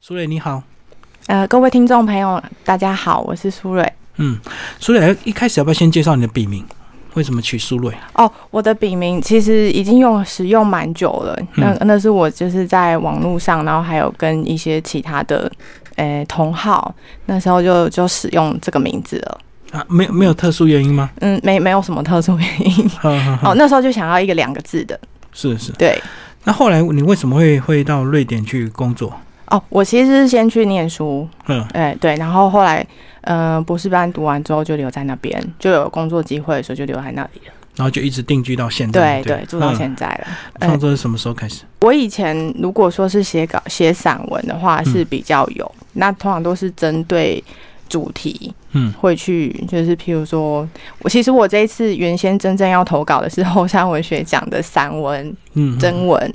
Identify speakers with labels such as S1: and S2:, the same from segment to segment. S1: 苏磊你好，
S2: 呃，各位听众朋友，大家好，我是苏蕊。
S1: 嗯，苏磊一开始要不要先介绍你的笔名？为什么取苏磊？
S2: 哦，我的笔名其实已经用使用蛮久了，那那是我就是在网络上，然后还有跟一些其他的呃同号，那时候就就使用这个名字了。
S1: 啊，没有没有特殊原因吗？
S2: 嗯，没没有什么特殊原因。
S1: 呵呵呵
S2: 哦，那时候就想要一个两个字的，
S1: 是是。
S2: 对。
S1: 那后来你为什么会会到瑞典去工作？
S2: 哦，我其实是先去念书，
S1: 嗯，
S2: 哎、对，然后后来，呃，博士班读完之后就留在那边，就有工作机会，所以就留在那里了。
S1: 然后就一直定居到现在。
S2: 对对，住到现在了。
S1: 嗯创作是什么时候开始？
S2: 我以前如果说是写稿、写散文的话，是比较有，那通常都是针对主题
S1: 嗯
S2: 会去，就是譬如说，我其实我这一次原先真正要投稿的是后山文学奖的散文
S1: 嗯，
S2: 征文，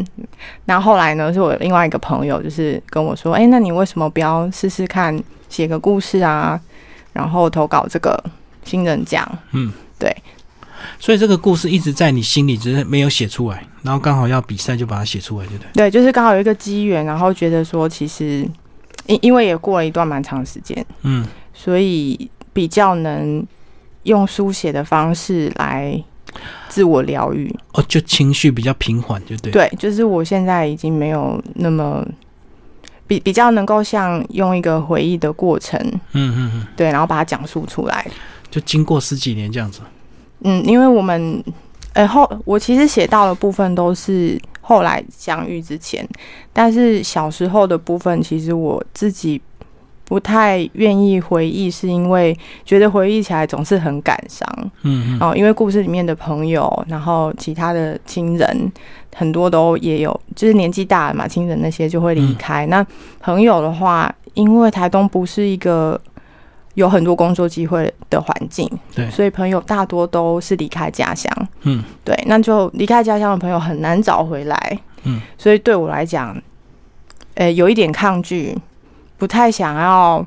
S2: 那后来呢，是我另外一个朋友就是跟我说，哎、那你为什么不要试试看写个故事啊，然后投稿这个新人奖？
S1: 所以这个故事一直在你心里，只是没有写出来。然后刚好要比赛，就把它写出来，对不对？
S2: 对，就是刚好有一个机缘，然后觉得说，其实因因为也过了一段蛮长时间。
S1: 嗯
S2: 所以比较能用书写的方式来自我疗愈。
S1: 哦，就情绪比较平缓，就对。
S2: 对，就是我现在已经没有那么比比较能够像用一个回忆的过程，
S1: 嗯嗯嗯，
S2: 对，然后把它讲述出来。
S1: 就经过十几年这样子。
S2: 嗯，因为我们呃后我其实写到的部分都是后来相遇之前，但是小时候的部分，其实我自己。不太愿意回忆，是因为觉得回忆起来总是很感伤。
S1: 嗯嗯
S2: 哦，因为故事里面的朋友，然后其他的亲人，很多都也有，就是年纪大了嘛，亲人那些就会离
S1: 嗯
S2: 开。那朋友的话，因为台东不是一个有很多工作机会的环境，
S1: 对
S2: 所以朋友大多都是离开家乡，
S1: 嗯，
S2: 对，那就离开家乡的朋友很难找回来，
S1: 嗯，
S2: 所以对我来讲，呃，有一点抗拒，不太想要，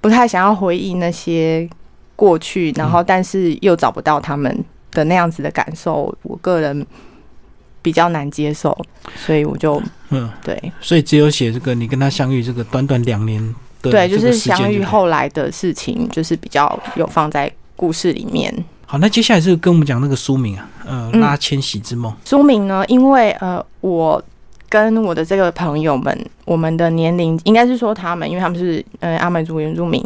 S2: 不太想要回忆那些过去，然
S1: 嗯
S2: 后但是又找不到他们的那样子的感受，我个人比较难接受，所以我就
S1: 嗯。
S2: 对
S1: 所以只有写这个你跟他相遇这个短短两年的
S2: 对，
S1: 这
S2: 就
S1: 个
S2: 是
S1: 时间
S2: 相遇
S1: 对
S2: 后来的事情，就是比较有放在故事里面。
S1: 好，那接下来是跟我们讲那个书名啊，呃，《
S2: 嗯
S1: 拉千禧之梦》
S2: 书名呢，因为呃，我跟我的这个朋友们，我们的年龄应该是说他们，因为他们是呃阿美族原住民，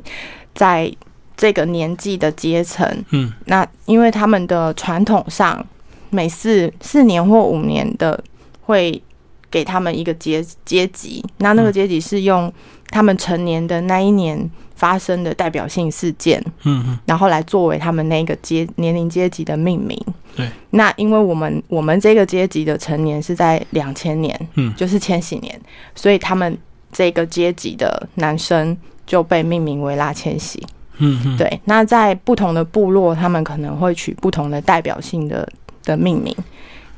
S2: 在这个年纪的阶层，
S1: 嗯，
S2: 那因为他们的传统上，每四四年或五年的会给他们一个阶阶级，那那个阶级是用他们成年的那一年发生的代表性事件，
S1: 嗯嗯
S2: 然后来作为他们那个阶年龄阶级的命名。
S1: 对，
S2: 那因为我们我们这个阶级的成年是在两千年，
S1: 嗯
S2: 就是千禧年，所以他们这个阶级的男生就被命名为拉千禧。
S1: 嗯嗯，，
S2: 对，那在不同的部落，他们可能会取不同的代表性的的命名。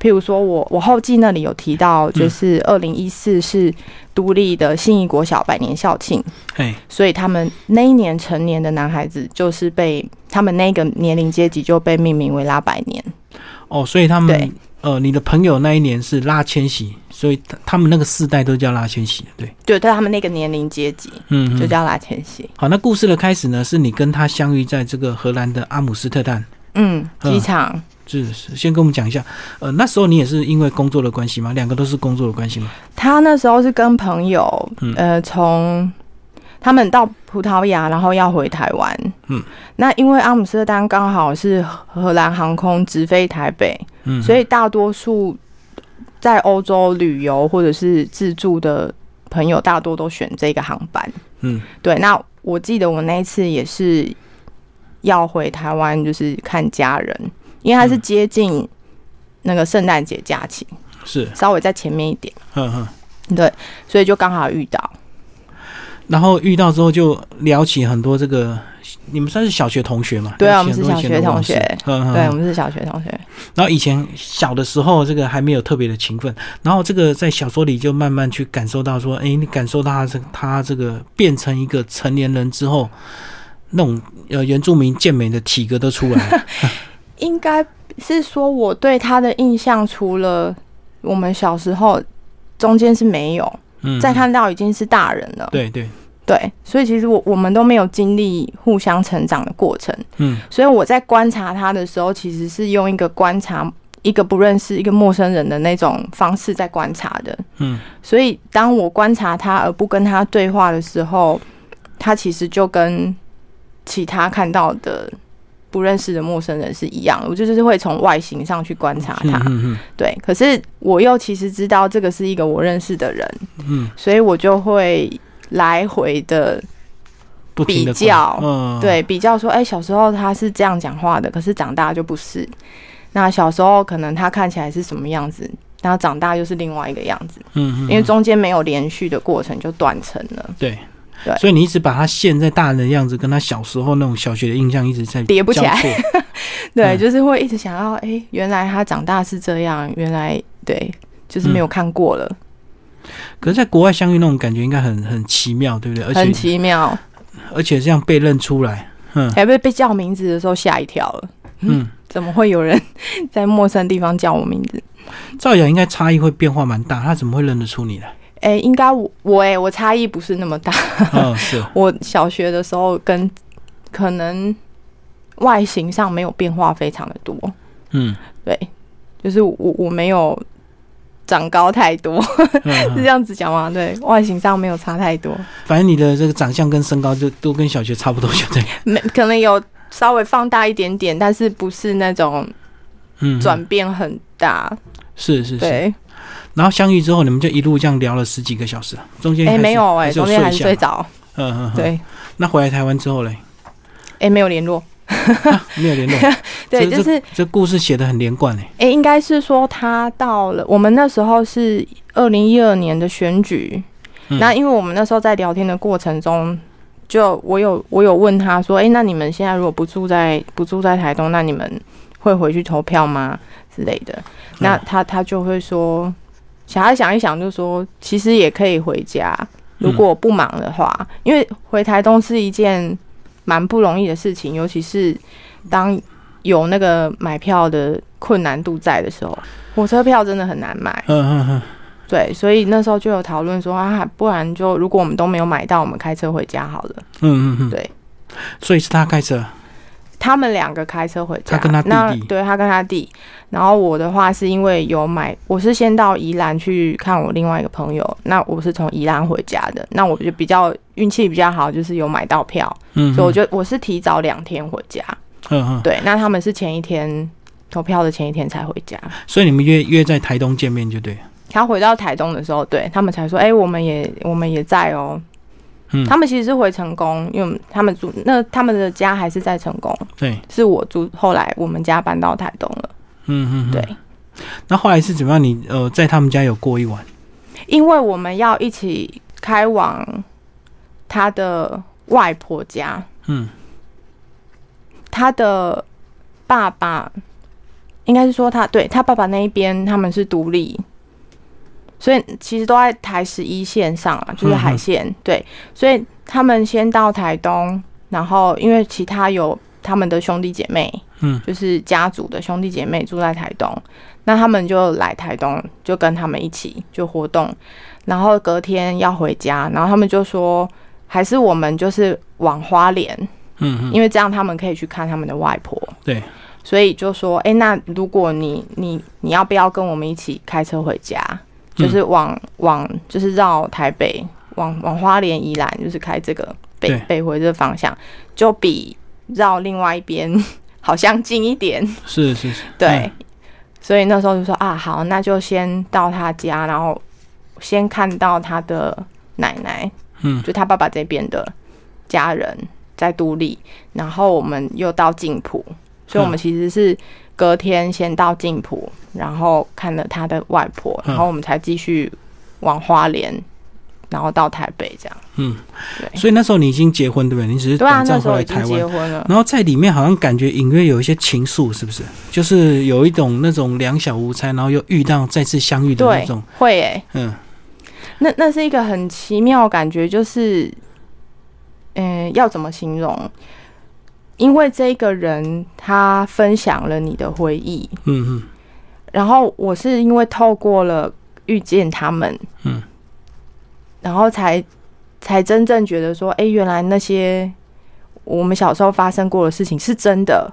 S2: 譬如说我我后记那里有提到，就是
S1: 嗯
S2: 二零一四是独立的信义国小百年校庆，
S1: 哎，
S2: 所以他们那一年成年的男孩子就是被他们那个年龄阶级就被命名为拉百年。
S1: 哦，所以他们
S2: 对
S1: 呃，你的朋友那一年是拉千禧，所以他他们那个世代都叫拉千禧，对，
S2: 对，在他们那个年龄阶级
S1: 嗯，
S2: 就
S1: 嗯
S2: 叫拉千禧。
S1: 好，那故事的开始呢，是你跟他相遇在这个荷兰的阿姆斯特丹，
S2: 嗯，
S1: 嗯
S2: 机场。
S1: 是是先跟我们讲一下，呃，那时候你也是因为工作的关系吗？两个都是工作的关系吗？
S2: 他那时候是跟朋友
S1: 嗯，
S2: 呃，从他们到葡萄牙，然后要回台湾。
S1: 嗯，
S2: 那因为阿姆斯特丹刚好是荷兰航空直飞台北，
S1: 嗯，
S2: 所
S1: 以
S2: 以大多数在欧洲旅游或者是自助的朋友，大多都选这个航班。
S1: 嗯
S2: 对，那我记得我那一次也是要回台湾，就是看家人，因为它是
S1: 嗯
S2: 接近那个圣诞节假期，
S1: 是，
S2: 稍微在前面一点，
S1: 嗯嗯。
S2: 对，所以就刚好遇到。
S1: 然后遇到之后就聊起很多这个，你们算是小学同学嘛？
S2: 对啊
S1: 聊起很
S2: 我们是
S1: 多以前的往事
S2: 小学同学，
S1: 嗯嗯。
S2: 对，我
S1: 嗯
S2: 们是小学同学，
S1: 然后以前小的时候，这个还没有特别的勤奋，然后这个在小说里就慢慢去感受到说，哎，你感受到他这他这个变成一个成年人之后，那种呃原住民健美的体格都出来 了。
S2: 应该是说我对他的印象，除了我们小时候中间是没有，
S1: 嗯，
S2: 再看到已经是大人了。
S1: 对对，
S2: 对，所以其实我我们都没有经历互相成长的过程，
S1: 嗯
S2: 所以我在观察他的时候，其实是用一个观察一个不认识一个陌生人的那种方式在观察的。
S1: 嗯
S2: 所以当我观察他而不跟他对话的时候，他其实就跟其他看到的不认识的陌生人是一样的。我就是会从外形上去观察他，
S1: 嗯嗯
S2: 对。可是我又其实知道这个是一个我认识的人，
S1: 嗯，
S2: 所以我就会来回的
S1: 不停的
S2: 比较
S1: 嗯，
S2: 对，比较说，哎、小时候他是这样讲话的，可是长大就不是。那小时候可能他看起来是什么样子，然后长大又是另外一个样子，
S1: 嗯，嗯
S2: 因为中间没有连续的过程，就断层了，
S1: 对
S2: 对
S1: 所以你一直把他现在大人的样子跟他小时候那种小学的印象一直在
S2: 叠不起来
S1: 交错。
S2: 对，
S1: 嗯
S2: 就是会一直想要，哎、原来他长大是这样，原来对，就是没有看过了，
S1: 嗯可是，在国外相遇那种感觉应该很很奇妙，对不对？而
S2: 很
S1: 且
S2: 奇妙，
S1: 而且这样被认出来，嗯
S2: 还被被叫名字的时候吓一跳了，
S1: 嗯，
S2: 怎么会有人 在陌生地方叫我名字？
S1: 照讲应该差异会变化蛮大，他怎么会认得出你 呢？
S2: 哎、应该我我哎、我差异不是那么大，
S1: 哦，是哦，
S2: 我小学的时候跟可能外形上没有变化非常的多，
S1: 嗯，
S2: 对，就是我我没有长高太多，
S1: 嗯
S2: 是 这
S1: 嗯
S2: 样子讲吗？对，外形上没有差太多，
S1: 反正你的这个长相跟身高就都跟小学差不多，就对了，
S2: 没可能有稍微放大一点点，但是不是那种
S1: 嗯，
S2: 转变很大，
S1: 是是是。
S2: 对，
S1: 然后相遇之后，你们就一路这样聊了十几个小时啊，中间
S2: 哎、
S1: 还是
S2: 没有哎、
S1: 还是
S2: 中间还
S1: 一
S2: 是
S1: 下
S2: 睡着，
S1: 嗯嗯，嗯。
S2: 对，
S1: 那回来台湾之后嘞，
S2: 哎、没有联络，
S1: 没有联络，
S2: 对，
S1: 这
S2: 就是
S1: 这故事写的很连贯嘞，
S2: 诶、应该是说他到了，我们那时候是二零一二年的选举，
S1: 嗯
S2: 那因为我们那时候在聊天的过程中，就我有我有问他说，诶、那你们现在如果不住在不住在台东，那你们会回去投票吗之类的？
S1: 嗯
S2: 那他他就会说，想他想一想，就说其实也可以回家，如果不忙的话，因为回台东是一件蛮不容易的事情，尤其是当有那个买票的困难度在的时候，火车票真的很难买。
S1: 嗯嗯嗯，
S2: 对，所以那时候就有讨论说啊，不然就如果我们都没有买到，我们开车回家好了。
S1: 嗯嗯嗯，
S2: 对，
S1: 所以是他开车，
S2: 他们两个开车回家，
S1: 他跟他弟弟
S2: 那对他跟他弟，然后我的话是因为有买，我是先到宜兰去看我另外一个朋友，那我是从宜兰回家的，那我就比较运气比较好，就是有买到票，
S1: 嗯，嗯
S2: 所以我就我是提早两天回家，
S1: 嗯嗯，
S2: 对，那他们是前一天投票的前一天才回家，
S1: 所以你们约约在台东见面就对了，
S2: 他回到台东的时候，对他们才说，哎、我们也我们也在哦、
S1: 嗯
S2: 他们其实是回成功，因为我们他们住那他们的家还是在成功，
S1: 对，
S2: 是我住后来我们家搬到台东了。
S1: 嗯嗯，嗯
S2: 对。，
S1: 那后来是怎么样？你呃在他们家有过一晚，
S2: 因为我们要一起开往他的外婆家，
S1: 嗯
S2: 他的爸爸应该是说他对他爸爸那一边他们是独立，所以其实都在台十一线上啊，就是海线、对，所以他们先到台东，然后因为其他有他们的兄弟姐妹，
S1: 嗯，
S2: 就是家族的兄弟姐妹住在台东，那他们就来台东，就跟他们一起就活动，然后隔天要回家，然后他们就说还是我们就是往花莲，
S1: 嗯嗯，
S2: 因为这样他们可以去看他们的外婆。
S1: 对，
S2: 所以就说，哎、那如果你你你要不要跟我们一起开车回家？就是
S1: 嗯
S2: 往、往就是绕台北，往往花莲、宜兰，就是开这个北
S1: 对
S2: 北回这个方向，就比绕另外一边 好像近一点。
S1: 是是是，
S2: 对，
S1: 嗯
S2: 所以那时候就说啊，好，那就先到他家，然后先看到他的奶奶，
S1: 嗯
S2: 就他爸爸这边的家人在都立，然后我们又到静浦，
S1: 嗯
S2: 所以我们其实是隔天先到静浦，然后看了他的外婆，
S1: 嗯
S2: 然后我们才继续往花莲，然后到台北这样。
S1: 嗯，
S2: 对
S1: 所以那时候你已经结婚对不对？你只是
S2: 对
S1: 短
S2: 啊，那
S1: 暂
S2: 时
S1: 回
S2: 候
S1: 来
S2: 已经
S1: 台
S2: 结
S1: 湾。
S2: 婚了。
S1: 然后在里面好像感觉隐约有一些情愫，是不是？就是有一种那种两小无猜，然后又遇到再次相遇的那
S2: 对
S1: 种，，
S2: 会诶、
S1: 嗯
S2: 那那是一个很奇妙的感觉，就是，嗯、要怎么形容？因为这个人他分享了你的回忆，
S1: 嗯嗯
S2: 然后我是因为透过了遇见他们，
S1: 嗯，
S2: 然后才才真正觉得说，哎、原来那些我们小时候发生过的事情是真的。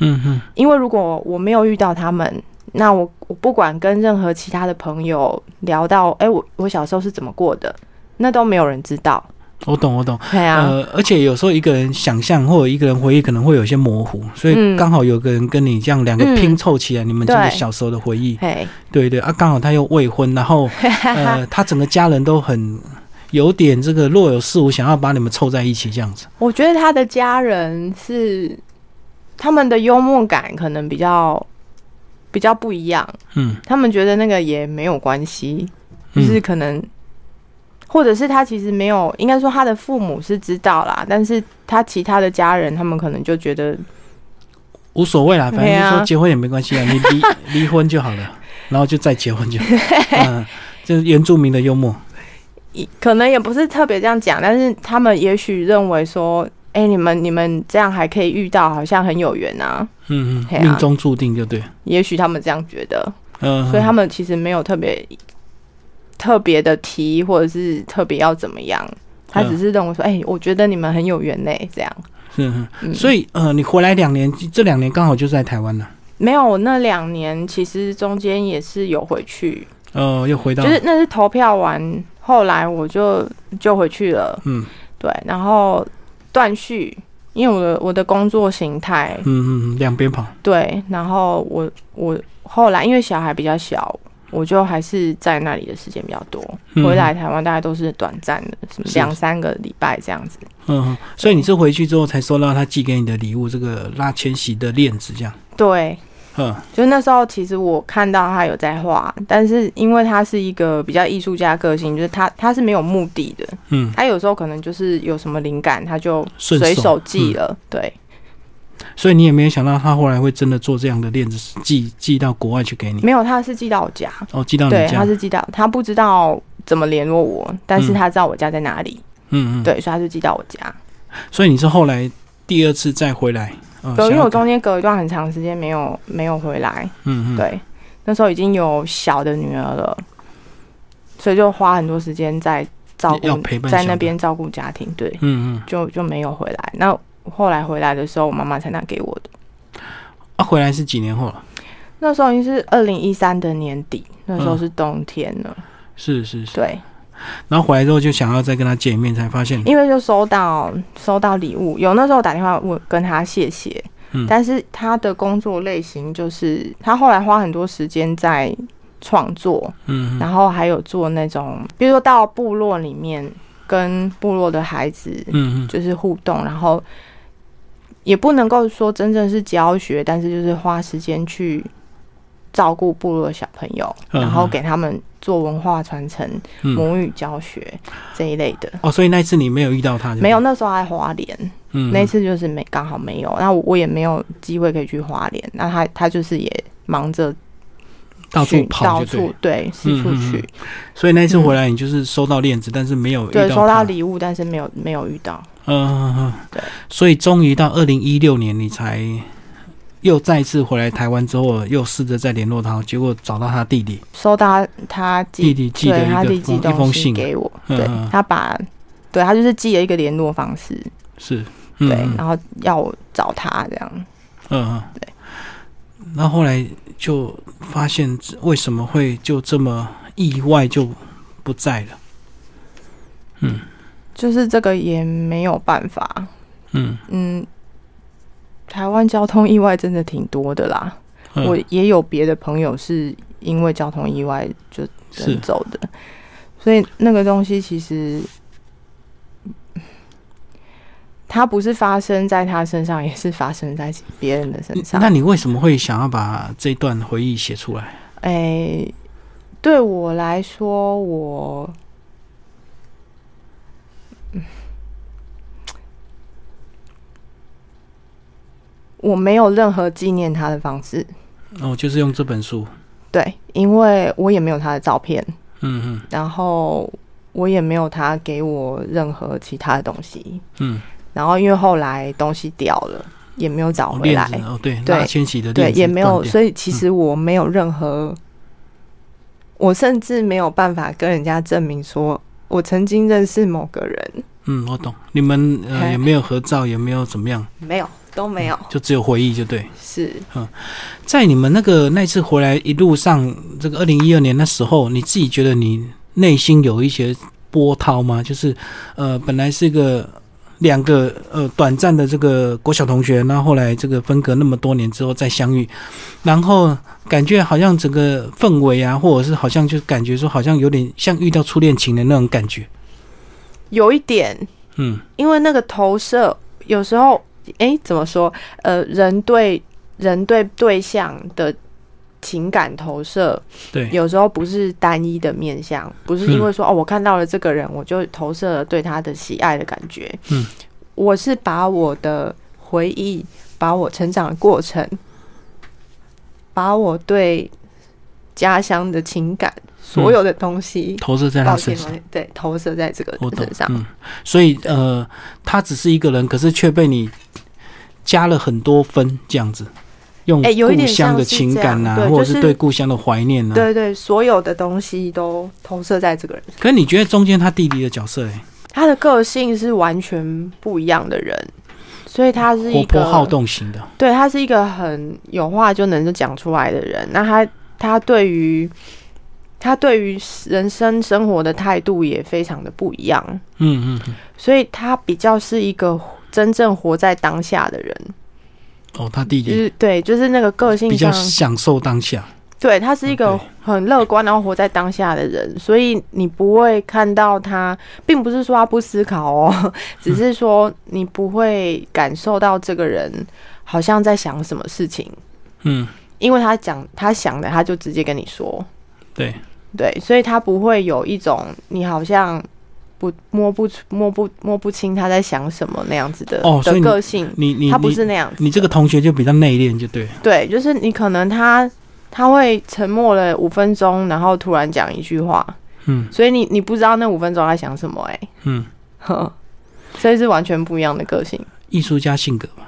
S1: 嗯嗯
S2: 因为如果我没有遇到他们，那我我不管跟任何其他的朋友聊到，哎、我我小时候是怎么过的，那都没有人知道。
S1: 我懂我懂。
S2: 对啊，
S1: 呃，而且有时候一个人想象或者一个人回忆可能会有些模糊，所以
S2: 嗯
S1: 刚好有个人跟你这样两个
S2: 嗯
S1: 拼凑起来，你们这个
S2: 对
S1: 小时候的回忆，
S2: 嘿，
S1: 对对啊，刚好他又未婚，然 后呃，他整个家人都很有点这个若有似无，想要把你们凑在一起这样子。
S2: 我觉得他的家人是他们的幽默感可能比较比较不一样，
S1: 嗯，
S2: 他们觉得那个也没有关系，就
S1: 嗯
S2: 是可能，或者是他其实没有，应该说他的父母是知道啦，但是他其他的家人，他们可能就觉得
S1: 无所谓啦，反正
S2: 对
S1: 就
S2: 啊
S1: 说结婚也没关系啊，你离 离婚就好了，然后就再结婚就好。 嗯、就是原住民的幽默。
S2: 一可能也不是特别这样讲，但是他们也许认为说，哎、你们你们这样还可以遇到，好像很有缘啊。
S1: 嗯
S2: 嘿
S1: 嗯，
S2: 啊
S1: 命中注定就对。
S2: 也许他们这样觉得，
S1: 嗯、
S2: 所以他们其实没有特别特别的提，或者是特别要怎么样，他
S1: 嗯
S2: 只是认为说，哎、我觉得你们很有缘呢、这样。
S1: 嗯嗯，
S2: 嗯
S1: 所以呃，你回来两年，这两年刚好就是在台湾了。
S2: 没有，我那两年其实中间也是有回去，
S1: 呃，又回到、
S2: 就是那是投票完，后来我就就回去了。
S1: 嗯
S2: 对，然后断续，因为我的我的工作形态，
S1: 嗯嗯，两边跑。
S2: 对，然后我我后来因为小孩比较小，我就还是在那里的时间比较多。
S1: 嗯
S2: 回来台湾大概都是短暂的，什么
S1: 是
S2: 两三个礼拜这样子。
S1: 嗯，嗯所以你是回去之后才收到他寄给你的礼物，这个拉千玺的链子这样。
S2: 对，
S1: 嗯
S2: 就那时候其实我看到他有在画，但是因为他是一个比较艺术家个性，就是他他是没有目的的，
S1: 嗯，
S2: 他有时候可能就是有什么灵感他就
S1: 顺
S2: 随
S1: 手嗯
S2: 手记了。对，
S1: 所以你也没有想到他后来会真的做这样的链子，寄寄到国外去给你，
S2: 没有，他是寄到我家，
S1: 哦，寄到你
S2: 对，
S1: 家
S2: 他。是寄到，他不知道怎么联络我，但是
S1: 嗯
S2: 他知道我家在哪里，
S1: 嗯嗯，。
S2: 对，所以他就寄到我家。
S1: 所以你是后来第二次再回来，呃、
S2: 对，
S1: 想
S2: 因为
S1: 要
S2: 我
S1: 改
S2: 中间隔一段很长时间没有没有回来，
S1: 嗯嗯，
S2: 对，那时候已经有小的女儿了，所以就花很多时间在照
S1: 要
S2: 顾
S1: 陪伴
S2: 在
S1: 小
S2: 那
S1: 的
S2: 边照顾家庭，对，
S1: 嗯嗯，
S2: 就就没有回来。那后来回来的时候，我妈妈才拿给我的。
S1: 啊，回来是几年后了？
S2: 那时候已经是二零一三的年底，那时候
S1: 嗯
S2: 是冬天了，
S1: 是是是，
S2: 对，
S1: 然后回来之后就想要再跟他见一面，才发现，
S2: 因为就收到收到礼物，有那时候打电话问跟他谢谢，
S1: 嗯
S2: 但是他的工作类型就是他后来花很多时间在创作，
S1: 嗯嗯
S2: 然后还有做那种，比如说到部落里面跟部落的孩子
S1: 嗯嗯，
S2: 就是互动，然后也不能够说真正是教学，但是就是花时间去照顾部落的小朋友，
S1: 嗯
S2: 然后给他们做文化传承、
S1: 嗯
S2: 母语教学这一类的。
S1: 哦，所以那一次你没有遇到他，
S2: 没有，，那时候还花莲，
S1: 嗯，
S2: 那一次就是没刚好没有，那我我也没有机会可以去花莲，那他他就是也忙着
S1: 到
S2: 去
S1: 处跑
S2: 到
S1: 就对
S2: 处
S1: 了，
S2: 对四处
S1: 嗯嗯
S2: 去，
S1: 嗯所以那一次回来你就是收到链子，但是没有遇
S2: 嗯对收
S1: 他
S2: 到，礼物，但是没有没有遇到，
S1: 嗯嗯嗯，
S2: 对，
S1: 所以终于到二零一六年你才。又再一次回来台湾之后，又试着再联络他，结果找到他弟弟。
S2: 收到他他
S1: 弟
S2: 寄
S1: 弟寄
S2: 对他
S1: 了
S2: 弟
S1: 一
S2: 寄
S1: 个封一封
S2: 东西
S1: 信，
S2: 给我，
S1: 嗯
S2: 对
S1: 嗯
S2: 他把对他就是寄了一个联络方式，
S1: 是，嗯
S2: 对
S1: 嗯，
S2: 然后要我找他这样，
S1: 嗯，嗯，对。那后来就发现为什么会就这么意外就不在了？
S2: 就是这个也没有办法，
S1: 嗯，
S2: 嗯，台湾交通意外真的挺多的啦。
S1: 嗯
S2: 我也有别的朋友是因为交通意外就人
S1: 是
S2: 走的，所以那个东西其实嗯它不是发生在他身上，也是发生在别人的身上
S1: 那。你为什么会想要把这段回忆写出来？
S2: 哎、对我来说，我嗯我没有任何纪念他的方式。
S1: 哦，就是用这本书。
S2: 对，因为我也没有他的照片，
S1: 嗯嗯
S2: 然后我也没有他给我任何其他的东西。
S1: 嗯，
S2: 然后因为后来东西掉了，也没有找
S1: 哦
S2: 回
S1: 链
S2: 来，
S1: 子哦，对，
S2: 对
S1: 那千玺的
S2: 对，
S1: 链子
S2: 也没有，
S1: 断掉嗯
S2: 所以其实我没有任何，我甚至没有办法跟人家证明说我曾经认识某个人，
S1: 嗯，我懂。你们呃
S2: 嘿
S1: 也没有合照，也没有怎么样，
S2: 没有，都没有，
S1: 就只有回忆，就对。
S2: 是
S1: 在你们那个那次回来一路上，这个二零一二年那时候，你自己觉得你内心有一些波涛吗？就是呃，本来是一个两个呃短暂的这个国小同学，然后后来这个分隔那么多年之后再相遇，然后感觉好像整个氛围啊，或者是好像就感觉说好像有点像遇到初恋情的那种感觉。
S2: 有一点，
S1: 嗯
S2: 因为那个投射有时候，哎、怎么说？呃，人对人对对象的情感投射，
S1: 对
S2: 有时候不是单一的面相，不是因为说、哦，我看到了这个人，我就投射了对他的喜爱的感觉。
S1: 嗯，
S2: 我是把我的回忆，把我成长的过程，把我对家乡的情感，所有的东西。
S1: 投射在
S2: 抱
S1: 他身
S2: 歉
S1: 上
S2: 抱。歉，对，投射在这个
S1: 我
S2: 人
S1: 懂
S2: 身上，
S1: 嗯，所以呃，他只是一个人，可是却被你加了很多分，这样子，用
S2: 哎有一
S1: 故
S2: 点
S1: 乡
S2: 像
S1: 的
S2: 是
S1: 情
S2: 这
S1: 感
S2: 样
S1: 啊，
S2: 对
S1: 或者
S2: 就是是
S1: 对故乡的怀念啊。
S2: 对对，所有的东西都投射在这个人。
S1: 可是你觉得中间他弟弟的角色、欸，
S2: 他的个性是完全不一样的人，所以他是一
S1: 活泼
S2: 个
S1: 好动型的，
S2: 对他是一个很有话就能就讲出来的人。那他他对于他对于人生生活的态度也非常的不一样，
S1: 嗯嗯嗯，
S2: 所以他比较是一个真正活在当下的人，
S1: 哦，他弟
S2: 就
S1: 弟
S2: 是对，就是那个个性
S1: 比较
S2: 上，
S1: 享受当下，
S2: 对他是一
S1: 嗯
S2: 个
S1: 对
S2: 很乐观然后活在当下的人，所以你不会看到他，并不是说他不思考
S1: 嗯
S2: 哦，只是说你不会感受到这个人好像在想什么事情。
S1: 嗯，
S2: 因为他讲他想的，他就直接跟你说，
S1: 对，
S2: 对，所以他不会有一种你好像不摸不出摸不摸不清他在想什么那样子的、
S1: 哦所以
S2: 的
S1: 你
S2: 个性，
S1: 你你
S2: 他不是
S1: 你
S2: 那样子。
S1: 你这个同学就比较内敛，就对了，
S2: 对，就是你可能他他会沉默了五分钟，然后突然讲一句话，
S1: 嗯
S2: 所以你你不知道那五分钟他想什么、欸，
S1: 嗯，
S2: 哎，所以是完全不一样的个性。
S1: 艺术家性格嘛，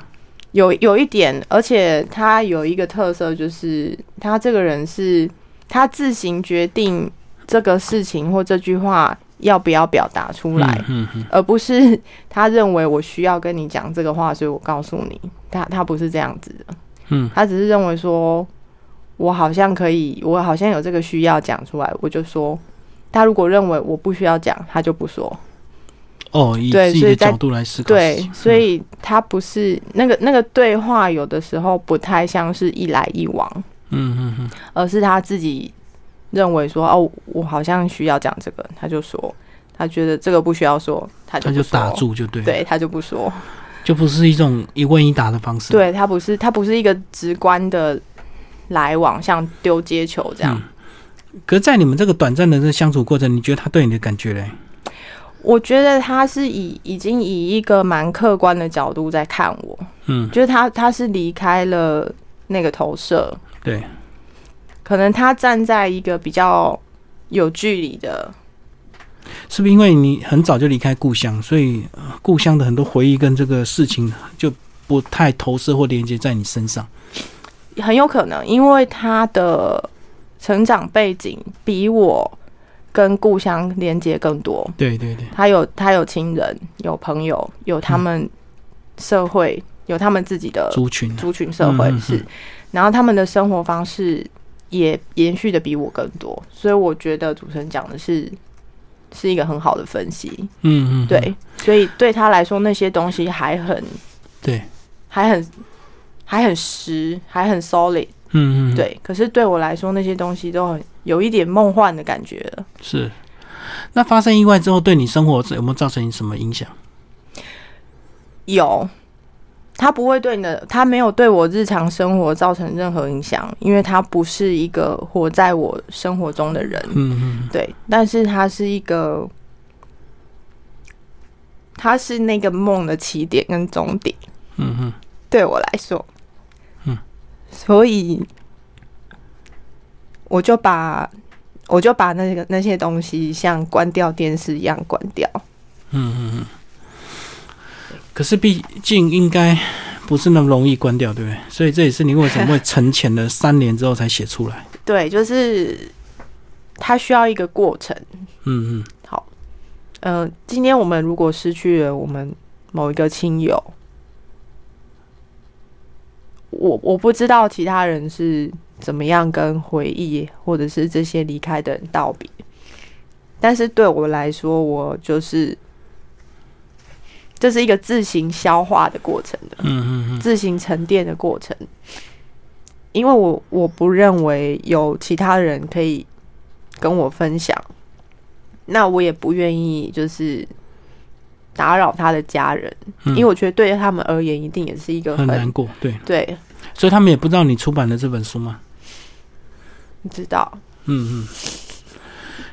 S2: 有有一点，而且他有一个特色，就是他这个人是他自行决定这个事情或这句话要不要表达出来，
S1: 嗯嗯
S2: 而不是他认为我需要跟你讲这个话，所以我告诉你。他他不是这样子的，
S1: 嗯
S2: 他只是认为说，我好像可以，我好像有这个需要讲出来，我就说。他如果认为我不需要讲，他就不说。
S1: 嗯，哦，以
S2: 对
S1: 自己
S2: 所以
S1: 的
S2: 在
S1: 角度来思考事
S2: 对
S1: 情，，
S2: 所以他不是那个那个对话，有的时候不太像是一来一往，
S1: 嗯嗯嗯
S2: 而是他自己认为说哦，我好像需要讲这个，他就说，他觉得这个不需要说，他
S1: 嗯，他
S2: 不
S1: 就
S2: 说
S1: 打，住就对，，
S2: 对他就不说，
S1: 就不是一种一问一答的方式，
S2: 对他不是他不是一个直观的来往，像丢接球这
S1: 嗯
S2: 样。
S1: 可是在你们这个短暂的这相处过程，你觉得他对你的感觉嘞？
S2: 我觉得他是以已经以一个蛮客观的角度在看我，
S1: 嗯，
S2: 就是他他是离开了那个投射，
S1: 对，
S2: 可能他站在一个比较有距离的，
S1: 是不是因为你很早就离开故乡，所以呃故乡的很多回忆跟这个事情就不太投射或连接在你身上？
S2: 很有可能因为他的成长背景比我跟故乡连接更多，
S1: 对对对，
S2: 他有他有亲人，有朋友，有他们社会，有他们自己的
S1: 族群啊、
S2: 族群社会
S1: 嗯嗯嗯
S2: 是，然后他们的生活方式也延续的比我更多，所以我觉得主持人讲的是是一个很好的分析。
S1: 嗯嗯，嗯
S2: 对，所以对他来说那些东西还很
S1: 对，
S2: 还很还很实，还很 solid，、
S1: 嗯嗯，嗯，
S2: 对。可是对我来说那些东西都很有一点梦幻的感觉了。
S1: 是。那发生意外之后，对你生活有没有造成什么影响？
S2: 有，他不会对你的，他没有对我日常生活造成任何影响，因为他不是一个活在我生活中的人，
S1: 嗯嗯，
S2: 对。但是他是一个。他是那个梦的起点跟终点，
S1: 嗯嗯，
S2: 对我来说，
S1: 嗯，
S2: 所以我就把我就把那个那些东西像关掉电视一样关掉。
S1: 嗯可是毕竟应该不是那么容易关掉，对不对？所以这也是你为什么会沉潜了三年之后才写出来。
S2: 对，就是它需要一个过程。
S1: 嗯嗯，
S2: 好，呃，今天我们如果失去了我们某一个亲友，我我不知道其他人是怎么样跟回忆，或者是这些离开的人道别。但是对我来说，我就是这是一个自行消化的过程的，
S1: 嗯嗯
S2: 自行沉淀的过程。因为我我不认为有其他人可以跟我分享，那我也不愿意就是打扰他的家人，
S1: 嗯，
S2: 因为我觉得对他们而言，一定也是一个
S1: 很
S2: 很
S1: 难过，对，
S2: 对，
S1: 所以他们也不知道你出版了这本书嘛。
S2: 你知道，
S1: 嗯嗯，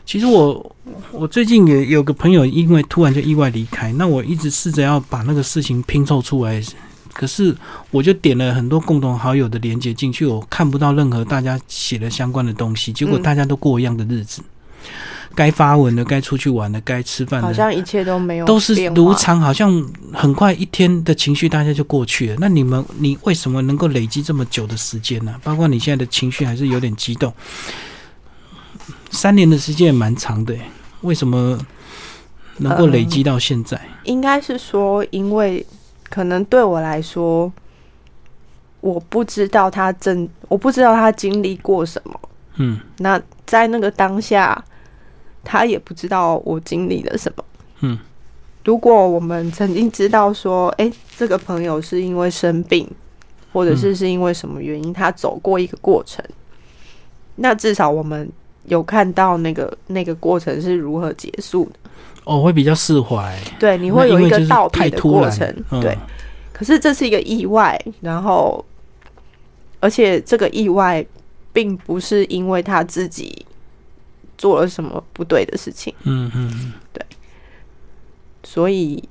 S1: 其实我我最近也有个朋友，因为突然就意外离开，那我一直试着要把那个事情拼凑出来，可是我就点了很多共同好友的连接进去，我看不到任何大家写的相关的东西，结果
S2: 嗯
S1: 大家都过一样的日子，该发文的，该出去玩的，该吃饭
S2: 好
S1: 的。
S2: 像一切都没有
S1: 都是
S2: 变化
S1: 如常，好像很快一天的情绪大家就过去了。那你们，你为什么能够累积这么久的时间呢、包括你现在的情绪还是有点激动，三年的时间也蛮长的耶、为什么能够累积到现在？
S2: 应该是说，因为可能对我来说，我不知道他正，我不知道他经历过什么。
S1: 嗯
S2: 那在那个当下，他也不知道我经历了什么。
S1: 嗯，
S2: 如果我们曾经知道说，诶，这个朋友是因为生病，或者
S1: 嗯
S2: 是是因为什么原因，他走过一个过程，那至少我们有看到那个那个过程是如何结束的。
S1: 哦，会比较释怀。
S2: 对，你会有
S1: 那因为
S2: 一
S1: 就
S2: 个
S1: 是
S2: 道
S1: 太
S2: 别的
S1: 突
S2: 过
S1: 然
S2: 程。
S1: 嗯、
S2: 对，，可是这是一个意外，然后呃而且这个意外并不是因为他自己做了什么不对的事情，
S1: 嗯嗯，
S2: 所以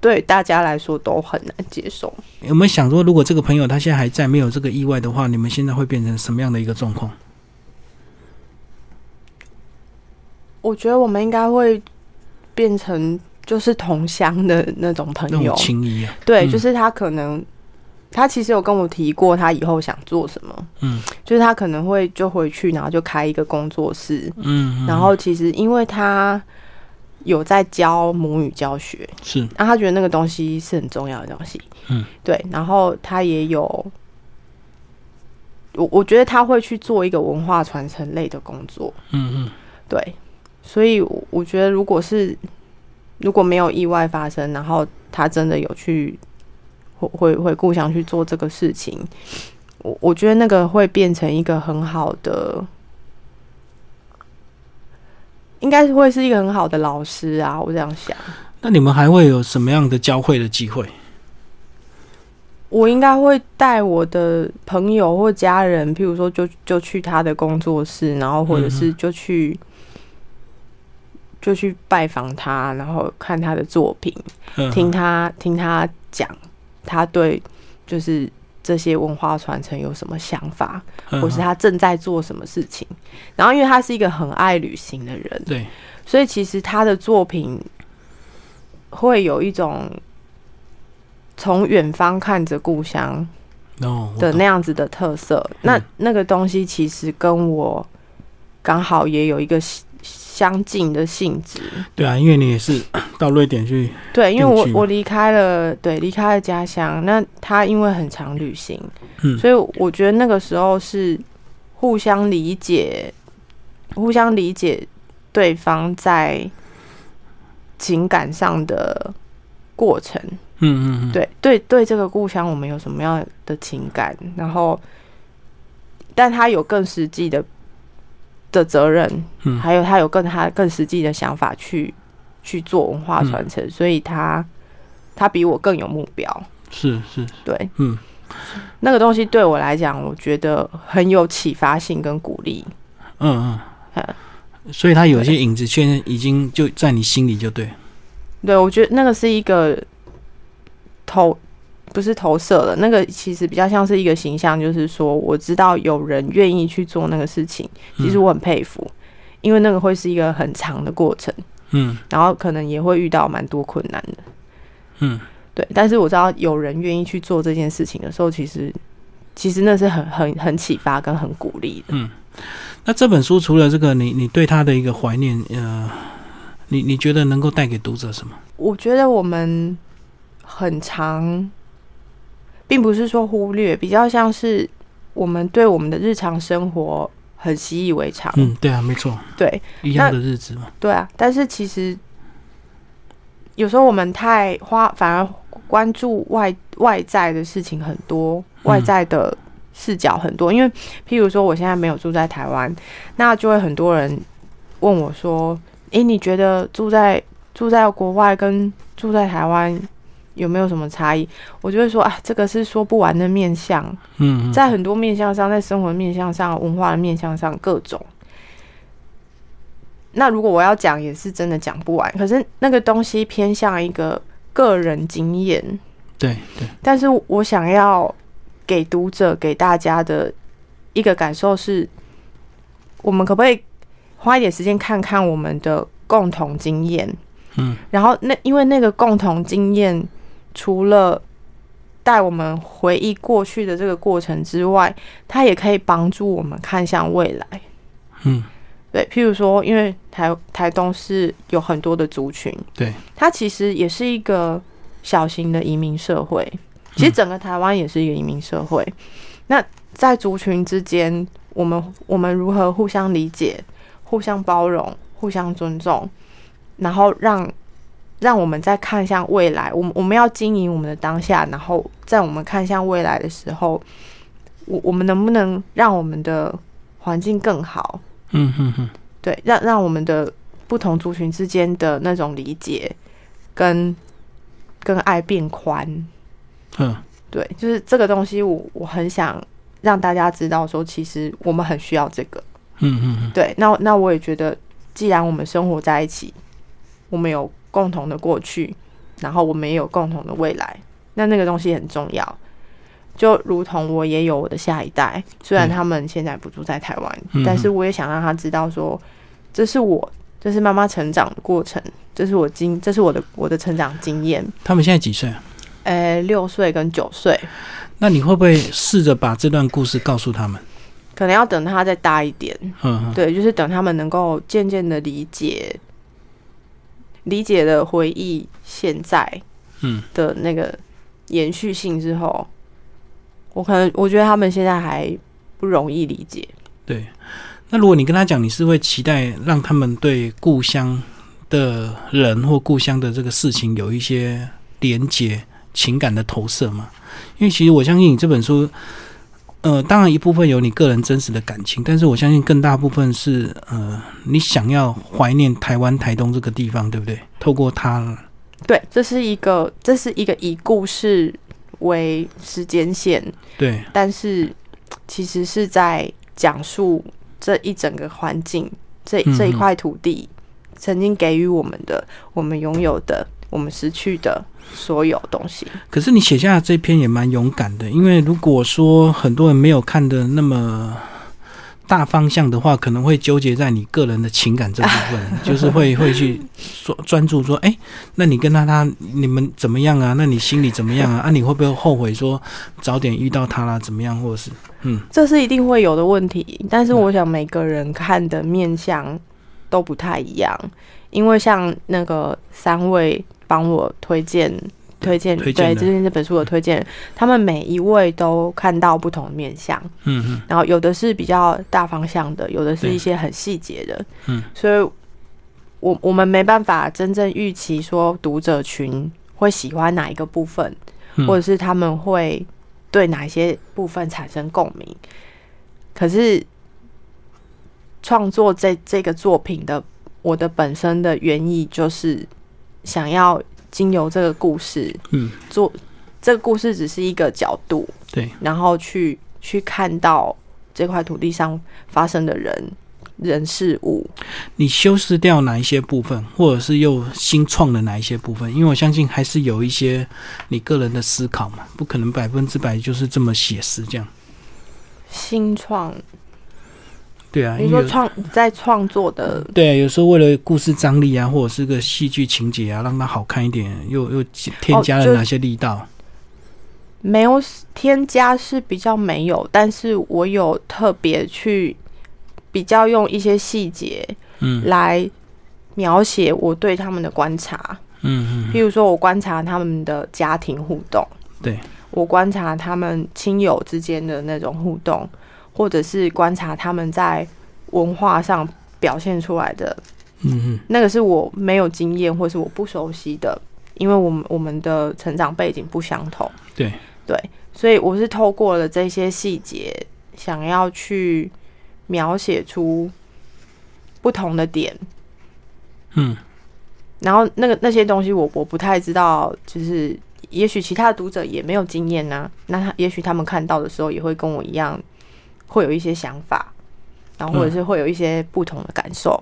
S2: 对大家来说都很难接受。
S1: 嗯有没有想说，如果这个朋友他现在还在，没有这个意外的话，你们现在会变成什么样的一个状况？
S2: 我觉得我们应该会变成就是同乡的那种朋
S1: 那
S2: 友
S1: 种，情谊啊，
S2: 对，
S1: 嗯
S2: 就是他可能。他其实有跟我提过，他以后想做什么，
S1: 嗯
S2: 就是他可能会就回去，然后就开一个工作室，
S1: 嗯，嗯
S2: 然后其实因为他有在教母语教学，
S1: 嗯是
S2: 那他觉得那个东西是很重要的东西，
S1: 嗯，
S2: 对。然后他也有，我我觉得他会去做一个文化传承类的工作，
S1: 嗯嗯
S2: 对。所以我我觉得，如果是如果没有意外发生，然后他真的有去回回回故乡去做这个事情，我我觉得那个会变成一个很好的，应该是会是一个很好的老师啊，我这样想。
S1: 那你们还会有什么样的交汇的机会？
S2: 我应该会带我的朋友或家人，譬如说就就去他的工作室，然后或
S1: 嗯
S2: 者是就去、就去拜访他，然后看他的作品，
S1: 嗯
S2: 听他听他讲他对就是这些文化传承有什么想法，或是
S1: 嗯
S2: 他正在做什么事情。然后，因为他是一个很爱旅行的人，
S1: 对，
S2: 所以其实他的作品会有一种从远方看着故乡
S1: 然后哦我
S2: 的
S1: 懂嗯
S2: 那样子的特色。那那个东西其实跟我刚好也有一个相相近的性质，
S1: 对啊，因为你也是 到瑞典去，
S2: 对，因为
S1: 定
S2: 我
S1: 居嘛
S2: 我离开了，对，离开了家乡。那他因为很常旅行，
S1: 嗯
S2: 所以我觉得那个时候是互相理解，互相理解对方在情感上的过程。
S1: 嗯嗯嗯，
S2: 对对对，这个故乡我们有什么样的情感？然后，但他有更实际的的责任，
S1: 嗯
S2: 还有他有更他更实际的想法去去做文化
S1: 嗯
S2: 传承，所以他他比我更有目标。
S1: 是是，
S2: 对，
S1: 嗯，
S2: 那个东西对我来讲，我觉得很有启发性跟鼓励。
S1: 嗯
S2: 嗯
S1: 嗯，所以他有些影子现在已经就在你心里，就对，
S2: 对我觉得那个是一个投，不是投射了，那个其实比较像是一个形象，就是说我知道有人愿意去做那个事情，其
S1: 嗯
S2: 实我很佩服，因为那个会是一个很长的过程，
S1: 嗯
S2: 然后可能也会遇到蛮多困难的。
S1: 嗯，
S2: 对，但是我知道有人愿意去做这件事情的时候，其实其实那是很很很启发跟很鼓励的。
S1: 那这本书除了这个你你对他的一个怀念，呃，你你觉得能够带给读者什么？
S2: 我觉得我们很常，并不是说忽略，比较像是我们对我们的日常生活很习以为常。
S1: 嗯，对啊，没错，
S2: 对
S1: 一样的日子嘛。
S2: 对啊，但是其实有时候我们太花，反而关注外外在的事情很多，外在的视角很多。因为譬如说，我现在没有住在台湾，那就会很多人问我说：“诶、你觉得住在住在国外跟住在台湾有没有什么差异？”我就会说：“啊，这个是说不完的面相。”
S1: 嗯，嗯
S2: 在很多面向上，在生活面向上、文化的面向上，各种。那如果我要讲，也是真的讲不完。可是那个东西偏向一个个人经验，
S1: 对对，
S2: 但是我想要给读者、给大家的一个感受是，我们可不可以花一点时间看看我们的共同经验？
S1: 嗯，
S2: 然后那因为那个共同经验，除了带我们回忆过去的这个过程之外，它也可以帮助我们看向未来。
S1: 嗯，
S2: 对，譬如说，因为台台东是有很多的族群，
S1: 对，
S2: 它其实也是一个小型的移民社会。其实整个台湾也是一个移民社会。那在族群之间，我们我们如何互相理解、互相包容、互相尊重，然后让让我们再看向未来，我们我们要经营我们的当下，然后在我们看向未来的时候，我我们能不能让我们的环境更好？
S1: 嗯嗯嗯，
S2: 对，让让我们的不同族群之间的那种理解跟跟爱变宽。
S1: 嗯，
S2: 对，就是这个东西我，我很想让大家知道，说其实我们很需要这个。
S1: 嗯嗯嗯，
S2: 对，那那我也觉得，既然我们生活在一起，我们有共同的过去，然后我们也有共同的未来，那那个东西很重要。就如同我也有我的下一代，虽然
S1: 嗯
S2: 他们现在不住在台湾，
S1: 嗯
S2: 但是我也想让他知道说，这是我，这是妈妈成长的过程，这是我经，这是我的我的成长经验。
S1: 他们现在几岁啊？
S2: 呃，六岁跟九岁，
S1: 那你会不会试着把这段故事告诉他们？
S2: 可能要等他再大一点，
S1: 嗯嗯，
S2: 对，就是等他们能够渐渐的理解，理解的回忆现在，
S1: 嗯，
S2: 的那个延续性之后，我可能我觉得他们现在还不容易理解，
S1: 对。那如果你跟他讲，你是会期待让他们对故乡的人或故乡的这个事情有一些连结、情感的投射吗？因为其实我相信你这本书，呃，当然一部分有你个人真实的感情，但是我相信更大部分是呃，你想要怀念台湾台东这个地方，对不对？透过它，
S2: 对，这是一个这是一个以故事为时间线，
S1: 对，
S2: 但是其实是在讲述这一整个环境，这
S1: 嗯
S2: 这一块土地曾经给予我们的，我们拥有的，我们失去的所有东西。
S1: 可是你写下的这篇也蛮勇敢的，因为如果说很多人没有看的那么大方向的话，可能会纠结在你个人的情感这部分，就是会会去说专注说，哎、那你跟他他你们怎么样啊？那你心里怎么样啊？啊，你会不会后悔说早点遇到他啦？怎么样，或者是嗯
S2: 这是一定会有的问题，但是我想每个人看的面相都不太一样，因为像那个三位帮我推荐。推荐
S1: 推
S2: 对，
S1: 荐的
S2: 这是这本书的推荐人，他们每一位都看到不同的面相，
S1: 嗯嗯
S2: 然后有的是比较大方向的，有的是
S1: 对
S2: 一些很细节的，
S1: 嗯，
S2: 所以我我们没办法真正预期说读者群会喜欢哪一个部分，
S1: 嗯
S2: 或者是他们会对哪些部分产生共鸣。可是创作这这个作品的我的本身的原意就是想要经由这个故事
S1: 嗯，
S2: 做，这个故事只是一个角度，
S1: 对，
S2: 然后去去看到这块土地上发生的人、人事物。
S1: 你修饰掉哪一些部分，或者是又新创了哪一些部分？因为我相信还是有一些你个人的思考嘛，不可能百分之百就是这么写实这样。
S2: 新创，
S1: 对啊，
S2: 你
S1: 因为
S2: 说
S1: 有
S2: 创在创作的，
S1: 对、啊，有时候为了故事张力啊，或者是个戏剧情节啊，让它好看一点，又又添加了
S2: 就
S1: 哪些力道？
S2: 没有添加是比较没有，但是我有特别去比较用一些细节
S1: 嗯
S2: 来描写我对他们的观察，
S1: 嗯嗯
S2: 譬如说我观察他们的家庭互动，
S1: 对，
S2: 我观察他们亲友之间的那种互动，或者是观察他们在文化上表现出来的
S1: 嗯
S2: 那个是我没有经验或是我不熟悉的，因为我们我们的成长背景不相同。
S1: 对
S2: 对，所以我是透过了这些细节，想要去描写出不同的点，
S1: 嗯
S2: 然后那个那些东西我我不太知道，就是也许其他的读者也没有经验呐、那他也许他们看到的时候也会跟我一样，会有一些想法，然后或者是会有一些不同的感受，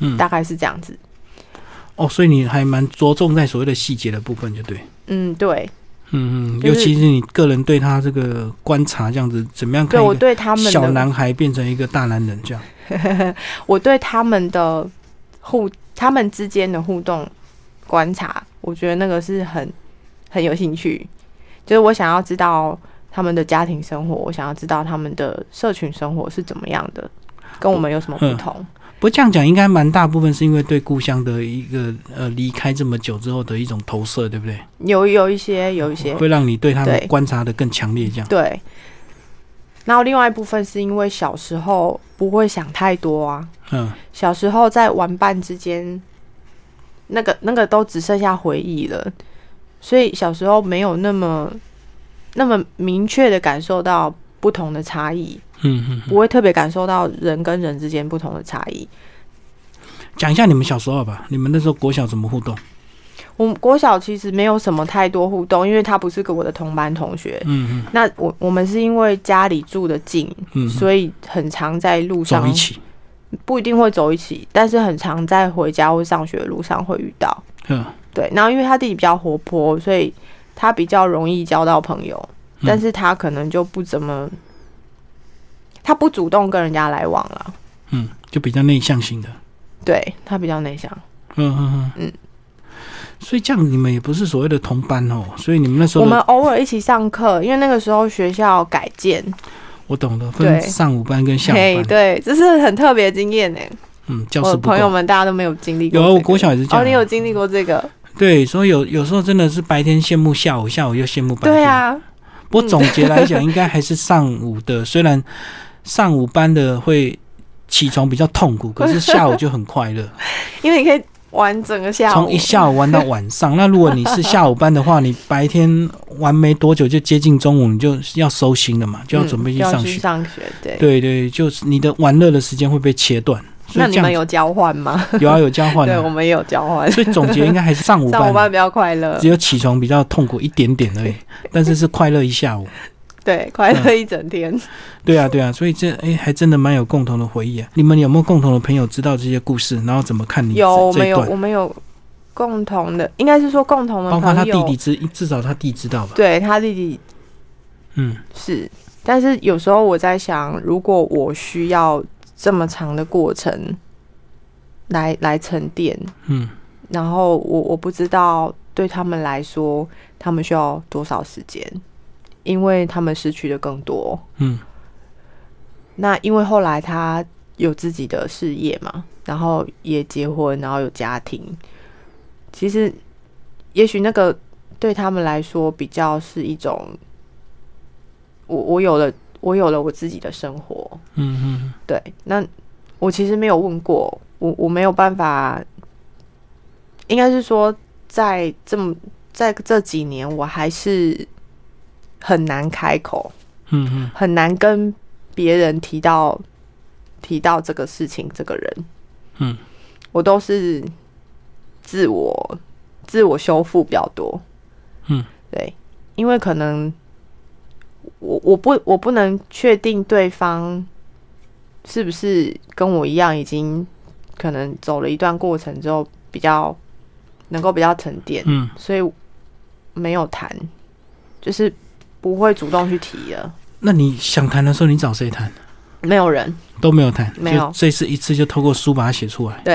S1: 嗯嗯，
S2: 大概是这样子。
S1: 哦，所以你还蛮着重在所谓的细节的部分，就对。
S2: 嗯，对，
S1: 嗯嗯，
S2: 就
S1: 尤
S2: 是
S1: 其是你个人对他这个观察，这样子怎么样
S2: 对
S1: 看
S2: 我
S1: 一个
S2: 对他们
S1: 小
S2: 的，
S1: 男孩变成一个大男人这样？
S2: 我对他们的互，他们之间的互动观察，我觉得那个是很很有兴趣，就是我想要知道他们的家庭生活，我想要知道他们的社群生活是怎么样的，跟我们有什么不
S1: 嗯
S2: 同。
S1: 不过这样讲，应该蛮大部分是因为对故乡的一个呃离开这么久之后的一种投射，对不对？
S2: 有有一些，有一些，
S1: 会让你对他们
S2: 对
S1: 观察的更强烈，这样。
S2: 对。然后另外一部分是因为小时候不会想太多啊，
S1: 嗯
S2: 小时候在玩伴之间，那个那个都只剩下回忆了，所以小时候没有那么那么明确的感受到不同的差异，
S1: 嗯嗯嗯，
S2: 不会特别感受到人跟人之间不同的差异。
S1: 讲一下你们小时候吧，你们那时候国小怎么互动？
S2: 我们国小其实没有什么太多互动，因为他不是跟我的同班同学。
S1: 嗯嗯
S2: 那我我们是因为家里住的近，
S1: 嗯，
S2: 所以很常在路
S1: 走
S2: 上
S1: 一起。
S2: 不一定会走一起，但是很常在回家或上学的路上会遇到。
S1: 嗯
S2: 对，然后因为他弟弟比较活泼，所以他比较容易交到朋友，
S1: 嗯
S2: 但是他可能就不怎么，他不主动跟人家来往了。
S1: 嗯，就比较内向型的。
S2: 对他比较内向，
S1: 嗯嗯嗯
S2: 嗯。
S1: 所以这样你们也不是所谓的同班哦，所以你们那时候
S2: 我
S1: 的
S2: 们偶尔一起上课，因为那个时候学校改建，
S1: 我懂得分
S2: 对
S1: 上午班跟下午
S2: 嘿，
S1: 班，
S2: 对，这是很特别的经验呢。
S1: 嗯，教
S2: 我
S1: 室
S2: 的
S1: 不
S2: 朋友
S1: 够。
S2: 们大家都没有经历过、
S1: 有啊，
S2: 这个
S1: 我国小也是这样啊。
S2: 哦，你有经历过这个？
S1: 对，所以有有时候真的是白天羡慕下午，下午又羡慕白天。
S2: 对，啊，
S1: 不过总结来讲，应该还是上午的， 虽然上午班的会起床比较痛苦，可是下午就很快乐，
S2: 因为你可以玩整个下午
S1: 从一，下午玩到晚上。那如果你是下午班的话，你白天玩没多久就接近中午，你就要收心了嘛，就要
S2: 嗯
S1: 准备去
S2: 就要
S1: 上
S2: 去
S1: 学。
S2: 上学，对。
S1: 对对，就是你的玩乐的时间会被切断。所
S2: 那
S1: 以这
S2: 你
S1: 样
S2: 们有交换吗？
S1: 子有啊有交换
S2: 对，我
S1: 啊，
S2: 们也有交 换。
S1: 所以总结应该还是上午
S2: 上午
S1: 班，
S2: 班比较快乐
S1: 只，有起床比较痛苦一点点而已，但是是快乐一下午。
S2: 对，快乐一整天。
S1: 对啊，对啊，所以这哎、还真的蛮有共同的回忆啊。你们有没有共同的朋友知道这些故事，然后怎么看你
S2: 有，我
S1: 这这
S2: 们
S1: 一
S2: 有，
S1: 段？
S2: 我们有共同的，应该是说共同的
S1: 包
S2: 朋友，
S1: 括他弟弟知，至少他弟知道吧？
S2: 对他弟弟
S1: 嗯
S2: 是。但是有时候我在想，如果我需要这么长的过程来来沉淀，
S1: 嗯，
S2: 然后我我不知道对他们来说，他们需要多少时间，因为他们失去的更多。
S1: 嗯，
S2: 那因为后来他有自己的事业嘛，然后也结婚，然后有家庭，其实也许那个对他们来说比较是一种，我我有了我有了我自己的生活，
S1: 嗯嗯
S2: 对，那我其实没有问过，我我没有办法，应该是说在这么在这几年，我还是很难开口，
S1: 嗯嗯
S2: 很难跟别人提到提到这个事情，这个人，
S1: 嗯，
S2: 我都是自我自我修复比较多，
S1: 嗯，
S2: 对，因为可能我我不我不能确定对方是不是跟我一样，已经可能走了一段过程之后，比较能够比较沉淀，
S1: 嗯，
S2: 所以没有谈，就是不会主动去提了。
S1: 那你想谈的时候，你找谁谈？
S2: 没有人，
S1: 都没有谈，
S2: 没有
S1: 就这次一次就透过书把它写出来。
S2: 对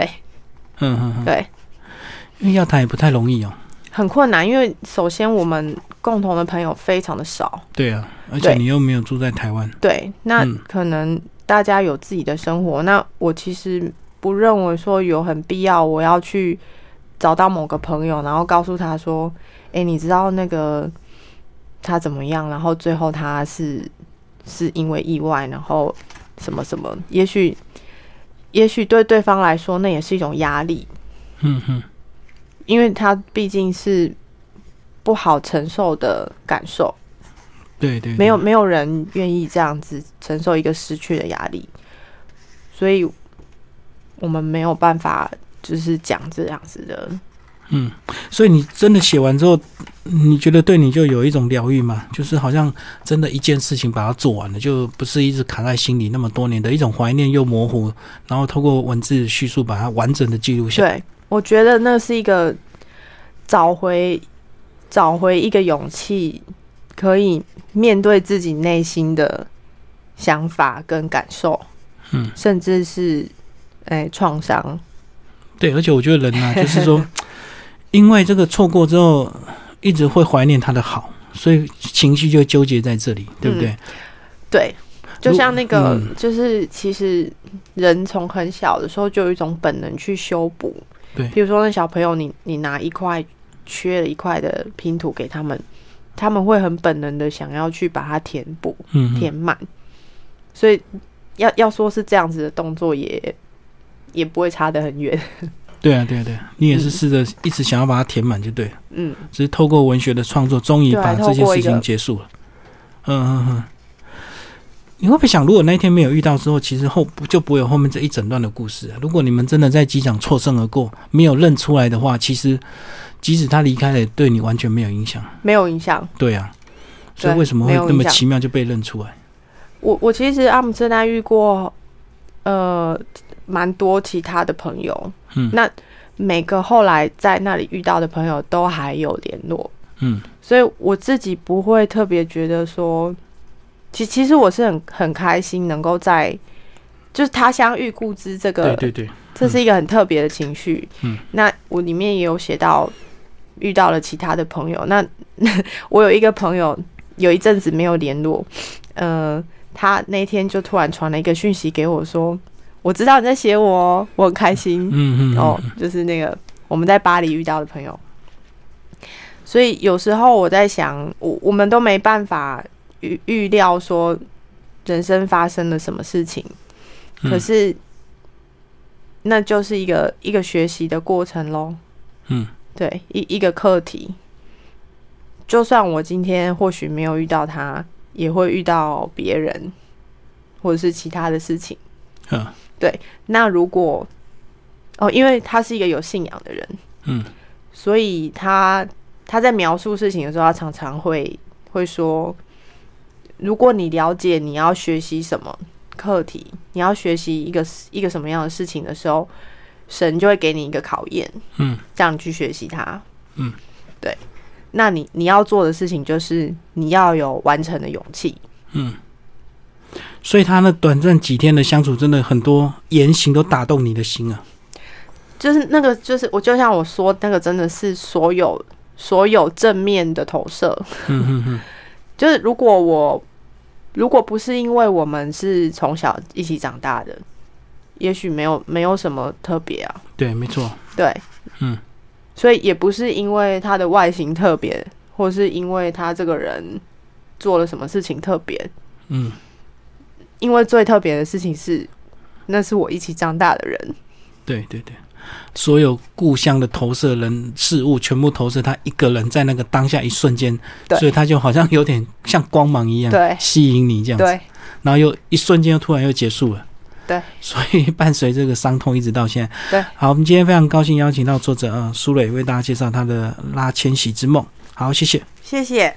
S1: 嗯嗯嗯，
S2: 对，
S1: 因为要谈也不太容易哦。
S2: 很困难，因为首先我们共同的朋友非常的少，
S1: 对啊，而且
S2: 对
S1: 你又没有住在台湾。
S2: 对，那
S1: 嗯
S2: 可能大家有自己的生活，那我其实不认为说有很必要，我要去找到某个朋友，然后告诉他说：“诶，你知道那个他怎么样？”然后最后他是是因为意外，然后什么什么，也许也许对对方来说，那也是一种压力，
S1: 嗯哼，
S2: 因为他毕竟是不好承受的感受。
S1: 对对，对
S2: 没有，没有人愿意这样子承受一个失去的压力，所以我们没有办法就是讲这样子的。
S1: 所以你真的写完之后，你觉得对你就有一种疗愈吗？就是好像真的一件事情把它做完了，就不是一直卡在心里那么多年的一种怀念又模糊，然后透过文字叙述把它完整的记录下来。
S2: 对，我觉得那是一个找回找回一个勇气，可以面对自己内心的想法跟感受，
S1: 嗯，
S2: 甚至是哎创、伤。
S1: 对，而且我觉得 人呢、啊就是说，因为这个错过之后，一直会怀念他的好，所以情绪就纠结在这里，对不对？
S2: 对，就
S1: 如
S2: 像那个，
S1: 嗯
S2: 就是其实人从很小的时候就有一种本能去修补。
S1: 对
S2: 比如说那小朋友你，你拿一块缺了一块的拼图给他们，他们会很本能的想要去把它填补、
S1: 嗯哼
S2: 填满。所以要要说是这样子的动作也，也不会差得很远。
S1: 对啊，对啊，对啊，你也是试着一直想要把它填满，就对了。
S2: 嗯，
S1: 只是透过文学的创作，终于
S2: 对啊
S1: 把这
S2: 透
S1: 件
S2: 过
S1: 事
S2: 一个
S1: 情结束了。嗯嗯嗯。你会不会想，如果那一天没有遇到之后，其实后不就不会有后面这一整段的故事、啊？如果你们真的在机场错身而过，没有认出来的话，其实即使他离开了，也对你完全没有影响。
S2: 没有影响。
S1: 对啊，所以
S2: 对
S1: 为什么
S2: 没
S1: 会
S2: 有
S1: 那么
S2: 影响
S1: 奇妙就被认出来？
S2: 我我其实阿姆斯特丹遇过，呃，蛮多其他的朋友。
S1: 嗯
S2: 那每个后来在那里遇到的朋友都还有联络，
S1: 嗯
S2: 所以我自己不会特别觉得说，其其实我是很很开心能够在，就是他乡遇故知这
S1: 对
S2: 个
S1: 对对，
S2: 这是一个很特别的情绪。
S1: 嗯，
S2: 那我里面也有写到遇到了其他的朋友。那 我有一个朋友有一阵子没有联络，呃，他那天就突然传了一个讯息给我说：“我知道你在写我哦，我很开心。
S1: 嗯嗯
S2: 哦
S1: 嗯，
S2: 就是那个我们在巴黎遇到的朋友。所以有时候我在想，我我们都没办法预预料说人生发生了什么事情，
S1: 嗯
S2: 可是那就是一个一个学习的过程喽。
S1: 嗯，
S2: 对，一一个课题。就算我今天或许没有遇到他，也会遇到别人，或者是其他的事情。
S1: 嗯
S2: 那如果哦，因为他是一个有信仰的人，
S1: 嗯，
S2: 所以他他在描述事情的时候，他常常会会说，如果你了解你要学习什么课题，你要学习一个一个什么样的事情的时候，神就会给你一个考验，
S1: 嗯，
S2: 让你去学习它，
S1: 嗯，
S2: 对。那你你要做的事情就是你要有完成的勇气，
S1: 所以他那短暂几天的相处，真的很多言行都打动你的心啊。
S2: 就是那个，就是我就像我说，那个真的是所有所有正面的投射。
S1: 嗯嗯嗯，
S2: 就是如果我如果不是因为我们是从小一起长大的，也许没有没有什么特别啊，
S1: 对，没错，
S2: 对，
S1: 嗯，
S2: 所以也不是因为他的外形特别，或是因为他这个人做了什么事情特别，
S1: 嗯。
S2: 因为最特别的事情是，那是我一起长大的人，
S1: 对对对，所有故乡的投射人事物全部投射他一个人在那个当下一瞬间，
S2: 对
S1: 所以他就好像有点像光芒一样，
S2: 对
S1: 吸引你这样子，
S2: 对
S1: 然后又一瞬间又突然又结束了。
S2: 对，
S1: 所以伴随这个伤痛一直到现在。
S2: 对，
S1: 好，我们今天非常高兴邀请到作者呃苏磊为大家介绍他的《拉千禧之梦》。好，谢谢。
S2: 谢谢。